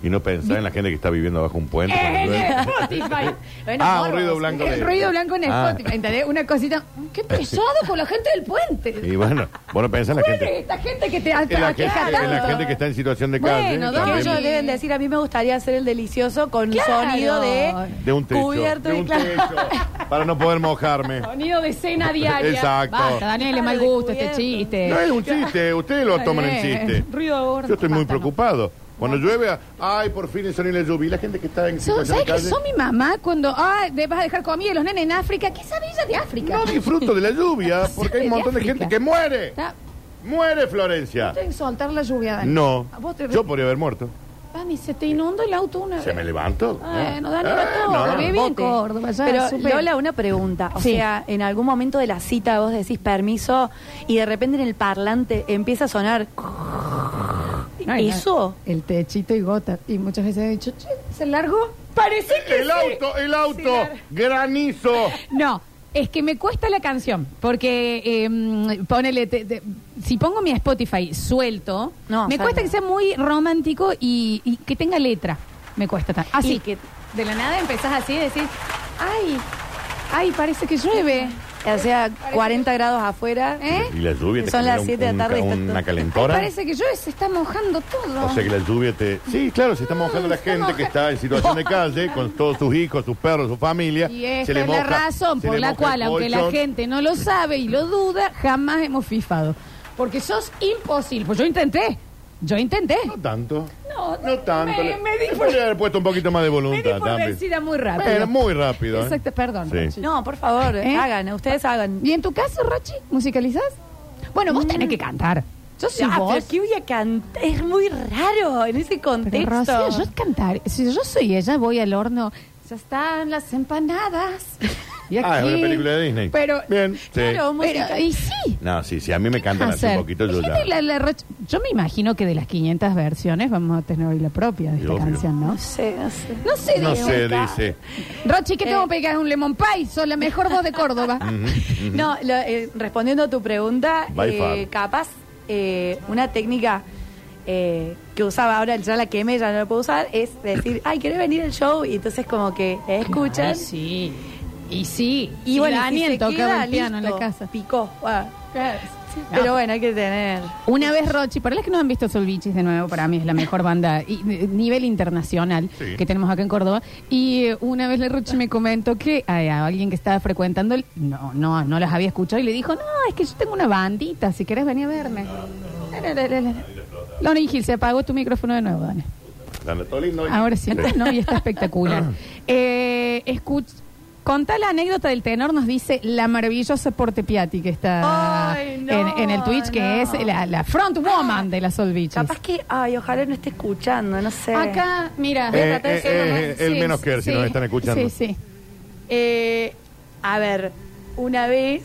Speaker 3: Y no pensar en la gente que está viviendo bajo un puente. cuando
Speaker 2: En
Speaker 3: llueve.
Speaker 2: Spotify.
Speaker 5: Bueno,
Speaker 3: Ah, un
Speaker 5: morbo,
Speaker 3: ruido
Speaker 5: sí.
Speaker 3: blanco.
Speaker 2: El
Speaker 3: de-
Speaker 2: ruido blanco en
Speaker 3: Ah.
Speaker 2: Spotify. ¿Entendés? Una cosita. "Mm, Qué pesado con la gente del puente.
Speaker 3: Y bueno, bueno, pensá en la
Speaker 2: ¿Cuál es
Speaker 3: gente.
Speaker 2: esta gente que te
Speaker 3: En la,
Speaker 2: ataca
Speaker 3: gente, en la gente que está en situación de calle.
Speaker 2: Bueno,
Speaker 5: Que
Speaker 2: También.
Speaker 5: ellos
Speaker 2: Dani.
Speaker 5: deben decir, a mí me gustaría hacer el delicioso con
Speaker 2: Claro.
Speaker 5: sonido de...
Speaker 3: de un techo.
Speaker 5: Cubierto
Speaker 3: de
Speaker 5: de
Speaker 3: un
Speaker 5: cla-
Speaker 3: techo, Para no poder mojarme.
Speaker 2: Sonido de cena diaria.
Speaker 3: Exacto.
Speaker 2: Basta, Daniel, es mal gusto este
Speaker 5: Claro,
Speaker 2: chiste.
Speaker 3: No es un chiste, ustedes lo toman en
Speaker 2: Eh,
Speaker 3: chiste.
Speaker 2: ruido de bordo.
Speaker 3: Yo estoy muy
Speaker 2: Basta, no.
Speaker 3: preocupado. Cuando llueve, ay, por fin el sonido de lluvia. Y la gente que está en
Speaker 2: So-
Speaker 3: situación de
Speaker 2: ¿Sabes que
Speaker 3: calle.
Speaker 2: son mi mamá cuando ah, de- vas a dejar comida y los nenes en África? ¿Qué sabes ella de África?
Speaker 3: No disfruto de la lluvia porque hay
Speaker 2: De
Speaker 3: un montón de
Speaker 2: África.
Speaker 3: gente que muere.
Speaker 2: Está-
Speaker 3: Muere Florencia.
Speaker 2: Tengo que soltar la lluvia, Dani.
Speaker 3: No.
Speaker 2: Ah, vos te-
Speaker 3: Yo podría haber muerto.
Speaker 2: Dani, se te inundó el auto una
Speaker 3: ¿Se me
Speaker 2: vez.
Speaker 3: levanto?
Speaker 2: Bueno, Dani,
Speaker 3: Eh,
Speaker 2: va todo,
Speaker 3: no,
Speaker 2: bebé.
Speaker 3: vos-
Speaker 2: en Córdoba, ya,
Speaker 5: Pero
Speaker 2: super.
Speaker 5: Lola, una pregunta. O
Speaker 2: Sí.
Speaker 5: sea, en algún momento de la cita vos decís permiso y de repente en el parlante empieza a sonar.
Speaker 2: Ay,
Speaker 5: ¿Eso?
Speaker 2: no. El techito y gota. Y muchas veces he dicho, "Che, ¿se largo? Parece que
Speaker 3: El
Speaker 2: sí".
Speaker 3: auto, el
Speaker 2: Sí,
Speaker 3: auto,
Speaker 2: claro.
Speaker 3: granizo.
Speaker 2: No, Es que me cuesta la canción, porque eh, ponele, te- te- si pongo mi Spotify suelto,
Speaker 5: No,
Speaker 2: me
Speaker 5: salta.
Speaker 2: cuesta que sea muy romántico y, y que tenga letra. Me cuesta tanto. Así
Speaker 5: Y
Speaker 2: que
Speaker 5: que-
Speaker 2: de la nada empezás así y decís, ay, ay, parece que llueve.
Speaker 5: O sea, 40 grados afuera.
Speaker 2: ¿Eh?
Speaker 3: Y la lluvia te
Speaker 5: Son
Speaker 3: genera
Speaker 5: las
Speaker 3: un-
Speaker 5: siete de la
Speaker 3: un-
Speaker 5: tarde y está
Speaker 3: una
Speaker 5: todo-
Speaker 3: calentora.
Speaker 2: Ay, parece que llueve, se está mojando todo.
Speaker 3: O sea que la lluvia te... Sí, claro, se está mojando la
Speaker 2: se está
Speaker 3: gente que
Speaker 2: mojando.
Speaker 3: está en situación de calle con todos sus hijos, sus perros, su familia.
Speaker 2: Y esta
Speaker 3: se le
Speaker 2: es la
Speaker 3: moja-
Speaker 2: razón
Speaker 3: se
Speaker 2: por
Speaker 3: le
Speaker 2: la
Speaker 3: moja
Speaker 2: cual,
Speaker 3: el
Speaker 2: aunque la
Speaker 3: colchón.
Speaker 2: gente no lo sabe y lo duda, jamás hemos fifado. Porque sos imposible. Pues yo intenté. Yo intenté.
Speaker 3: No tanto.
Speaker 2: No,
Speaker 3: No tanto.
Speaker 2: Me,
Speaker 3: Me,
Speaker 2: me di por,
Speaker 3: podría haber puesto un poquito más de
Speaker 2: me di
Speaker 3: voluntad
Speaker 2: por
Speaker 3: también.
Speaker 2: vencida muy rápido.
Speaker 3: Bueno, muy rápido. ¿eh?
Speaker 2: Exacto, perdón.
Speaker 3: Sí.
Speaker 2: Rochi.
Speaker 5: No, por favor,
Speaker 2: ¿Eh?
Speaker 5: hagan, ustedes hagan.
Speaker 2: ¿Y en tu caso, Rochi? ¿Musicalizás? Bueno, vos tenés que cantar. Yo soy
Speaker 5: Ah,
Speaker 2: vos.
Speaker 5: pero ¿qué voy a cantar? Es muy raro en ese
Speaker 2: Pero,
Speaker 5: contexto.
Speaker 2: Rocío, yo cantar. Si yo soy ella, voy al horno. Ya están las empanadas. Y
Speaker 3: Ah, es
Speaker 2: aquí-
Speaker 3: una película de Disney.
Speaker 2: Pero,
Speaker 3: Bien, sí.
Speaker 5: Claro, música.
Speaker 2: pero y sí.
Speaker 3: No, sí, sí, a mí me cantan así
Speaker 2: hacer?
Speaker 3: un poquito yo
Speaker 2: Fíjate
Speaker 3: ya.
Speaker 2: la- la Roch- yo me imagino que de las 500 versiones vamos a tener hoy la propia de
Speaker 3: Y
Speaker 2: esta
Speaker 3: obvio.
Speaker 2: canción, ¿no?
Speaker 5: No sé, no sé.
Speaker 2: No sé,
Speaker 3: No
Speaker 2: Diego.
Speaker 3: se dice.
Speaker 2: Rochi, ¿qué
Speaker 5: Eh.
Speaker 2: tengo que pegar? Un lemon pie. Sos la mejor voz de Córdoba.
Speaker 3: Mm.
Speaker 5: No, lo- eh, respondiendo a tu pregunta,
Speaker 3: By
Speaker 5: eh,
Speaker 3: far.
Speaker 5: capaz eh, una técnica eh, que usaba ahora, ya la quemé, ya no la puedo usar, es decir, ay, ¿querés venir al show? Y entonces como que escuchan.
Speaker 2: Y sí. Y sí.
Speaker 5: Y
Speaker 2: Si
Speaker 5: bueno, y si
Speaker 2: Daniel
Speaker 5: se
Speaker 2: tocaba
Speaker 5: queda,
Speaker 2: el piano
Speaker 5: listo,
Speaker 2: en la casa.
Speaker 5: Picó. ah.
Speaker 2: No.
Speaker 3: Ah.
Speaker 5: Pero bueno, hay que tener.
Speaker 2: Una vez Rochi, para las que no han visto Solvichis de nuevo, para mí es la mejor banda y, eh, nivel internacional
Speaker 3: Sí.
Speaker 2: que tenemos acá en Córdoba. Y eh, una vez la Rochi me comentó que a, a alguien que estaba frecuentando, el- no, no, no las había escuchado y le dijo, no, es que yo tengo una bandita, si querés venir a verme. La, la, la, la. Loni Gil, se apagó tu micrófono de nuevo, Dani.
Speaker 3: Dale, todo lindo.
Speaker 2: Ahora sí, antes no, y está espectacular.
Speaker 3: Ah.
Speaker 2: Eh, escuch- Contá la anécdota del tenor, nos dice la maravillosa Porte Piatti que está
Speaker 5: Ay, no,
Speaker 2: en, en el Twitch, que
Speaker 5: no.
Speaker 2: es la, la front woman de las Solviches.
Speaker 5: Capaz que, ay, ojalá no esté escuchando, no sé.
Speaker 2: Acá, mira,
Speaker 3: Eh,
Speaker 2: traté de ser
Speaker 3: eh,
Speaker 2: lo más-
Speaker 3: eh, el menos que, si nos están escuchando.
Speaker 2: Sí, sí.
Speaker 5: Eh, a ver, una vez.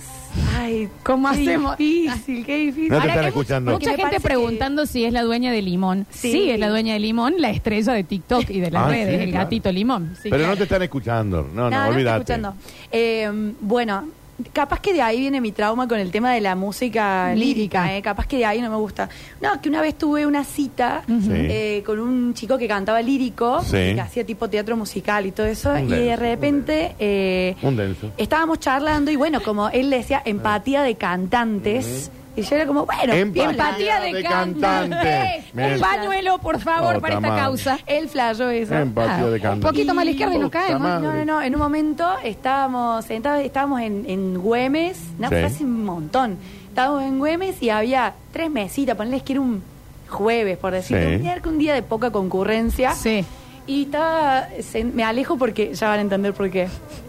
Speaker 5: Ay,
Speaker 2: ¿Cómo
Speaker 5: qué
Speaker 2: hacemos?
Speaker 5: Difícil, qué difícil.
Speaker 3: No te
Speaker 5: Ahora,
Speaker 3: están
Speaker 5: es mucho-
Speaker 3: escuchando.
Speaker 5: porque
Speaker 2: Mucha
Speaker 5: me
Speaker 2: gente
Speaker 5: parece
Speaker 2: preguntando si es la dueña de Limón. Sí.
Speaker 5: Sí.
Speaker 2: es la dueña de Limón, la estrella de TikTok y de las
Speaker 3: Ah,
Speaker 2: redes,
Speaker 3: sí,
Speaker 2: el
Speaker 3: claro.
Speaker 2: gatito Limón. Sí,
Speaker 3: Pero
Speaker 2: claro.
Speaker 3: no te están escuchando. No, no,
Speaker 5: que- No, no estoy
Speaker 3: olvídate.
Speaker 5: escuchando. Eh, bueno, capaz que de ahí viene mi trauma con el tema de la música lírica.
Speaker 2: Lírica.
Speaker 5: eh, Capaz que de ahí no me gusta. No, que una vez tuve una cita
Speaker 3: Sí.
Speaker 5: eh, con un chico que cantaba lírico,
Speaker 3: Sí.
Speaker 5: que hacía tipo teatro musical y todo eso.
Speaker 3: Un
Speaker 5: y
Speaker 3: denso,
Speaker 5: de
Speaker 3: un
Speaker 5: repente. eh,
Speaker 3: Un denso.
Speaker 5: Estábamos charlando y bueno, como él le decía, empatía de cantantes. Y yo era como, bueno,
Speaker 3: Empatía.
Speaker 5: bien, la-
Speaker 2: Empatía de,
Speaker 3: De
Speaker 2: cantante.
Speaker 3: cantante.
Speaker 2: Un
Speaker 3: Bien.
Speaker 2: pañuelo, por favor,
Speaker 3: Otra
Speaker 2: para esta
Speaker 3: madre.
Speaker 2: causa.
Speaker 5: El flayo eso.
Speaker 3: Empatía
Speaker 2: Ah,
Speaker 3: de
Speaker 2: un
Speaker 3: canto.
Speaker 2: poquito más a la izquierda y nos caemos.
Speaker 5: No, no, no. En un momento estábamos sentados, estábamos en, en Güemes, no,
Speaker 3: Sí.
Speaker 5: fue hace un montón. Estábamos en Güemes y había tres mesitas, ponerles que era un jueves, por decirlo,
Speaker 3: Sí.
Speaker 5: un día- un día de poca concurrencia.
Speaker 2: Sí.
Speaker 5: Y estaba, se- me alejo porque ya van a entender por qué.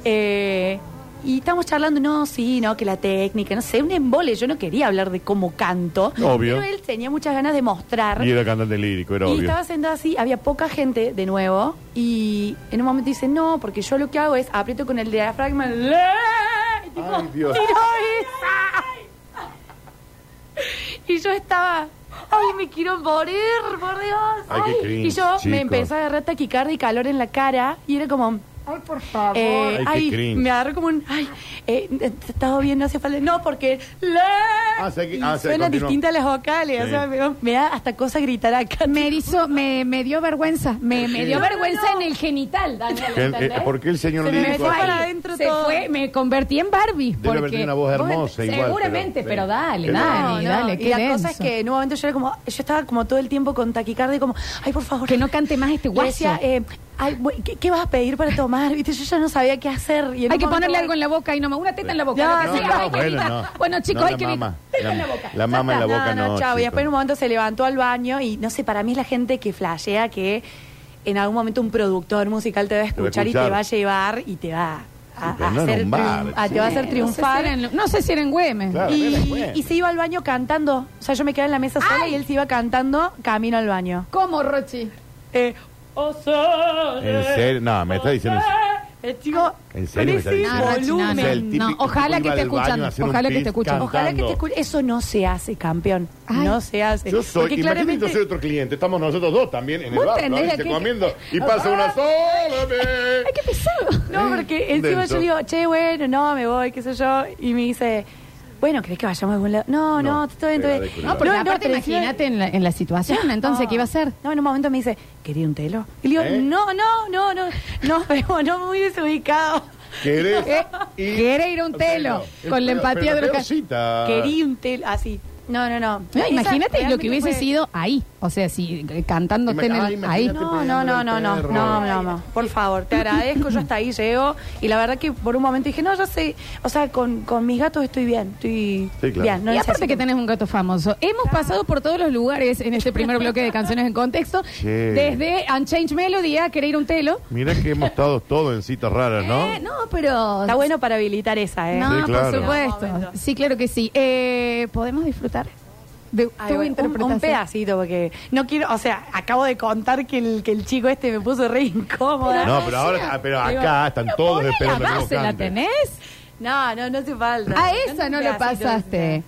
Speaker 5: Eh, y estábamos charlando, no, sí, no, que la técnica, no sé, un embole. Yo no quería hablar de cómo canto.
Speaker 3: Obvio.
Speaker 5: Pero él tenía muchas ganas de mostrar.
Speaker 3: Y era cantante lírico, era
Speaker 5: Y
Speaker 3: obvio.
Speaker 5: estaba sentado así, había poca gente de nuevo. Y en un momento dice, no, porque yo lo que hago es aprieto con el diafragma. ¡le! Y tipo,
Speaker 3: Ay, Dios.
Speaker 5: tiró y- Y yo estaba, ay, me quiero morir, por Dios.
Speaker 3: Ay, qué
Speaker 5: ay".
Speaker 3: cringe,
Speaker 5: y yo
Speaker 3: chicos.
Speaker 5: me empezó a agarrar taquicardia y calor en la cara. Y era como,
Speaker 2: Ay, por favor.
Speaker 5: eh,
Speaker 3: Ay, qué
Speaker 5: ay,
Speaker 3: cringe.
Speaker 5: me agarró como un, ay, eh, estaba bien, no hace falta. No, porque le-
Speaker 3: sé que-
Speaker 5: Y
Speaker 3: ah, sé,
Speaker 5: suenan
Speaker 3: continúa.
Speaker 5: distintas las vocales.
Speaker 3: Sí.
Speaker 5: O sea, me, me da hasta cosa gritar acá.
Speaker 2: Me hizo, me, me dio vergüenza. Me, me dio
Speaker 5: No,
Speaker 2: vergüenza
Speaker 5: no, no.
Speaker 2: en el genital, Daniel.
Speaker 3: Que- eh,
Speaker 2: ¿entendés?
Speaker 3: ¿Por qué el señor
Speaker 5: Se me
Speaker 2: me
Speaker 5: Dijo
Speaker 3: lírico?
Speaker 2: fue
Speaker 5: ahí.
Speaker 2: para
Speaker 3: así?
Speaker 2: adentro
Speaker 5: Se
Speaker 2: todo.
Speaker 5: fue,
Speaker 2: me convertí en Barbie.
Speaker 3: Debe haber tenido una voz hermosa igual,
Speaker 2: Seguramente, pero,
Speaker 3: pero- sí.
Speaker 2: dale,
Speaker 3: Pero-
Speaker 2: Dani,
Speaker 5: No,
Speaker 2: dale.
Speaker 5: no,
Speaker 2: qué
Speaker 5: y la
Speaker 2: denso.
Speaker 5: cosa es que en un momento yo era como, yo estaba como todo el tiempo con taquicardia, como, ay, por favor.
Speaker 2: Que no cante más este
Speaker 5: Y
Speaker 2: guaso.
Speaker 5: decía, eh, ay, güey, ¿qué, qué vas a pedir para tomar? Viste, yo ya no sabía qué hacer. Y en
Speaker 2: Hay
Speaker 5: un
Speaker 2: que
Speaker 5: momento,
Speaker 2: ponerle
Speaker 5: bueno,
Speaker 2: algo en la boca y no me una teta en la boca.
Speaker 5: No,
Speaker 2: lo que
Speaker 5: no,
Speaker 2: sea,
Speaker 5: no,
Speaker 2: hay que
Speaker 3: bueno,
Speaker 2: evitar.
Speaker 3: no.
Speaker 2: bueno, chicos,
Speaker 3: No,
Speaker 2: hay
Speaker 3: la
Speaker 2: que evitar.
Speaker 3: mama.
Speaker 2: Teta en la
Speaker 3: La-
Speaker 2: boca.
Speaker 3: la mama en la boca.
Speaker 5: no,
Speaker 3: no,
Speaker 5: chao. Y
Speaker 3: chicos.
Speaker 5: después en un momento se levantó al baño y no sé, para mí es la gente que flashea que en algún momento un productor musical te va a
Speaker 3: va a
Speaker 5: escuchar, y
Speaker 3: escuchar.
Speaker 5: te va a llevar y te va a,
Speaker 3: Sí, pero
Speaker 5: a
Speaker 3: no en
Speaker 5: hacer
Speaker 3: un bar,
Speaker 5: triun- a- te va
Speaker 2: No
Speaker 5: a hacer
Speaker 2: sé si
Speaker 5: triunfar.
Speaker 2: era en- No sé si era en Güemes.
Speaker 3: Claro, era
Speaker 5: Y,
Speaker 3: bueno.
Speaker 5: y se iba al baño cantando. O sea, yo me quedaba en la mesa sola
Speaker 2: Ay.
Speaker 5: y él se iba cantando camino al baño.
Speaker 2: ¿Cómo, Rochi?
Speaker 5: Eh,
Speaker 3: ¿En serio? No, me está diciendo eso.
Speaker 5: El chico,
Speaker 3: ¿En serio?
Speaker 5: con ese
Speaker 3: No, Nachi, no, no.
Speaker 5: Eh, volumen.
Speaker 3: O sea, el típico
Speaker 2: No, ojalá
Speaker 3: tipo
Speaker 2: que te
Speaker 3: iba al baño a
Speaker 2: escuchan.
Speaker 3: hacer un
Speaker 2: Ojalá que
Speaker 3: pis
Speaker 2: te escuchan.
Speaker 3: cantando.
Speaker 5: Ojalá que te escuche. Eso no se hace, campeón.
Speaker 2: Ay.
Speaker 5: No se hace.
Speaker 3: Yo soy,
Speaker 5: Porque
Speaker 3: imagínate
Speaker 5: claramente.
Speaker 3: yo soy otro cliente, estamos nosotros dos también en el
Speaker 5: Vos
Speaker 3: bar,
Speaker 5: tenés
Speaker 3: ¿no?
Speaker 5: que-
Speaker 3: Este, comiendo y pasa una sola vez.
Speaker 5: ¡Ay, qué pesado! No, porque encima
Speaker 3: Denso.
Speaker 5: yo digo, che, bueno, no, me voy, qué sé yo. Y me dice, bueno, ¿crees que vayamos a algún lado? No,
Speaker 3: No,
Speaker 5: no, estoy bien,
Speaker 3: era
Speaker 5: estoy bien.
Speaker 3: de
Speaker 2: No, porque
Speaker 5: No, no,
Speaker 2: aparte
Speaker 5: pero decía- Ah.
Speaker 2: imagínate en la, en la situación, entonces,
Speaker 5: No.
Speaker 2: ¿qué iba a hacer?
Speaker 5: No, en un momento me dice, ¿quería un telo? Y le digo,
Speaker 3: ¿Eh?
Speaker 5: no, no, no, no, no, pero no, muy desubicado.
Speaker 3: ¿Querés?
Speaker 2: ¿Qué?
Speaker 3: ir-
Speaker 2: Quiere ir a un telo, con la
Speaker 3: Pero-
Speaker 2: empatía
Speaker 3: pero
Speaker 2: de los
Speaker 3: peor
Speaker 2: ca-
Speaker 3: cita.
Speaker 5: Quería un telo, así. No, no, no.
Speaker 2: No,
Speaker 5: Esa
Speaker 2: imagínate lo
Speaker 5: realmente
Speaker 2: que hubiese
Speaker 5: fue-
Speaker 2: sido ahí. O sea, si eh, cantándote en
Speaker 3: Imag-
Speaker 2: el,
Speaker 3: ah,
Speaker 2: ahí.
Speaker 3: imagínate.
Speaker 5: No, no, no, no, no, no, no, no. Por favor, te agradezco, yo hasta ahí llego. Y la verdad que por un momento dije, no, ya sé, o sea, con, con mis gatos estoy bien, estoy
Speaker 3: Sí, claro.
Speaker 5: bien. No
Speaker 2: y aparte
Speaker 5: necesito-
Speaker 2: que tenés un gato famoso. Hemos pasado por todos los lugares en este primer bloque de canciones en contexto.
Speaker 3: Sí.
Speaker 2: Desde Unchanged Melody a querer ir a un telo.
Speaker 3: Mirá que hemos estado todos en citas raras, ¿no?
Speaker 2: Eh, no, pero...
Speaker 5: Está bueno para habilitar esa, ¿eh?
Speaker 2: No,
Speaker 3: Sí, claro.
Speaker 2: por supuesto.
Speaker 5: Momento.
Speaker 2: Sí, claro que sí. Eh, ¿Podemos disfrutar de
Speaker 5: Ay,
Speaker 2: tu
Speaker 5: bueno, un-
Speaker 2: interpretación?
Speaker 5: un, pedacito, porque no quiero, o sea, acabo de contar que el, que el chico este me puso re incómoda.
Speaker 3: No, pero ahora, ah, pero acá están todos
Speaker 2: Ponle la
Speaker 3: esperando que vos
Speaker 2: base, ¿la
Speaker 3: cantes.
Speaker 2: tenés?
Speaker 5: No, no, no hace falta.
Speaker 2: A
Speaker 5: No, no,
Speaker 2: esa
Speaker 5: un
Speaker 2: no lo
Speaker 5: pedacito,
Speaker 2: pasaste.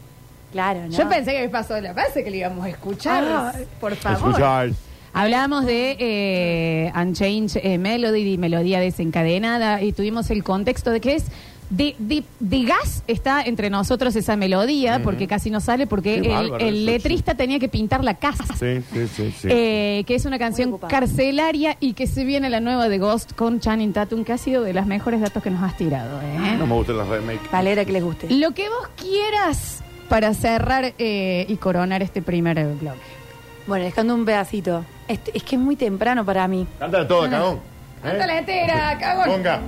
Speaker 5: Claro, no.
Speaker 2: Yo pensé que me pasó la base, que le íbamos a escuchar.
Speaker 5: Ah, por favor.
Speaker 3: Escuchar.
Speaker 2: Hablábamos de eh, Unchanged eh, Melody y Melodía Desencadenada y tuvimos el contexto de que es de, de- de gas está entre nosotros esa melodía porque casi no sale porque
Speaker 3: Qué
Speaker 2: el-
Speaker 3: bárbaro
Speaker 2: el,
Speaker 3: eso,
Speaker 2: letrista tenía que pintar la casa.
Speaker 3: Sí, sí, sí, sí.
Speaker 2: Eh, que es una canción
Speaker 5: ocupada.
Speaker 2: carcelaria y que se viene la nueva de Ghost con Channing Tatum que ha sido de las mejores datos que nos has tirado. ¿eh?
Speaker 3: Ah, no me gustan las remakes.
Speaker 5: Valera, que les guste.
Speaker 2: Lo que vos quieras para cerrar eh, y coronar este primer blog.
Speaker 3: Eh.
Speaker 5: Bueno, dejando un pedacito. Es, es que es muy temprano para mí.
Speaker 3: Cántala toda, cagón. ¿Eh?
Speaker 2: la entera, cagón.
Speaker 3: Ponga.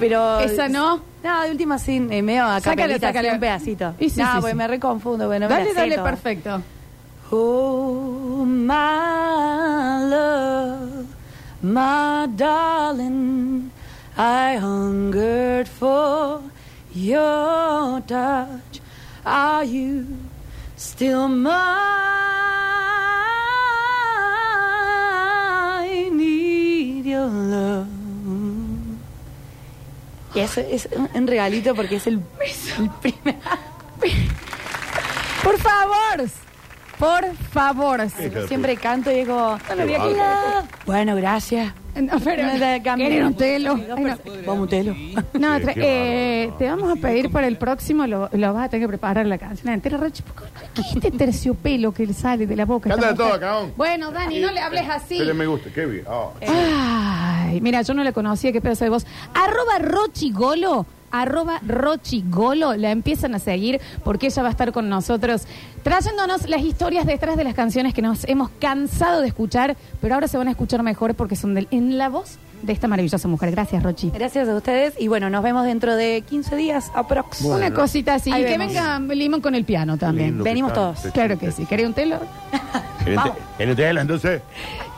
Speaker 5: Pero.
Speaker 2: Esa no.
Speaker 5: No, de última sí, eh, medio a
Speaker 2: Sácala,
Speaker 5: capelita, así,
Speaker 2: sácala.
Speaker 5: un pedacito.
Speaker 2: Y sí,
Speaker 5: no,
Speaker 2: sí,
Speaker 5: porque
Speaker 2: sí.
Speaker 5: me reconfundo, bueno, me la
Speaker 2: Dale,
Speaker 5: sé
Speaker 2: dale,
Speaker 5: toda.
Speaker 2: perfecto.
Speaker 5: Oh, my love, my darling, I hungered for your touch. Are you still mine? Need your love. Y eso es un- un regalito porque es el, el primer.
Speaker 2: Por favor, por favor.
Speaker 5: Siempre canto y digo.
Speaker 2: lo vi aquí.
Speaker 5: Bueno, gracias.
Speaker 2: No, pero
Speaker 5: Me da cambio.
Speaker 2: ¿quieren un telo? Ay, no.
Speaker 5: Vamos, un telo.
Speaker 2: No,
Speaker 3: Sí,
Speaker 2: tra-
Speaker 3: qué
Speaker 2: eh,
Speaker 3: bárbaro.
Speaker 2: te vamos a pedir para el próximo, lo, lo vas a tener que preparar la canción entera, Rochi, porque ¿qué es este terciopelo que le sale de la boca? a esta
Speaker 3: Cántala toda,
Speaker 2: mujer?
Speaker 3: cagón.
Speaker 2: Bueno, Dani, no le hables así.
Speaker 3: Dele me gusta, qué bien. Ah,
Speaker 5: Eh,
Speaker 2: Ay, mira, yo no la conocía, qué pedazo de voz. Arroba Rochigolo, arroba Rochigolo, la empiezan a seguir porque ella va a estar con nosotros trayéndonos las historias detrás de las canciones que nos hemos cansado de escuchar, pero ahora se van a escuchar mejor porque son del- en la voz de esta maravillosa mujer. Gracias, Rochi.
Speaker 5: Gracias a ustedes y bueno, nos vemos dentro de 15 días aprox.
Speaker 2: Una cosita así,
Speaker 5: Ahí
Speaker 2: y que
Speaker 5: vemos.
Speaker 2: venga Limón con el piano también.
Speaker 3: lindo
Speaker 5: venimos
Speaker 3: que
Speaker 5: todos.
Speaker 3: cante.
Speaker 2: Claro que sí. ¿Querés un telo?
Speaker 3: Gerente- gerente de la, entonces.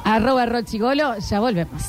Speaker 2: Arroba Rochigolo, ya volvemos.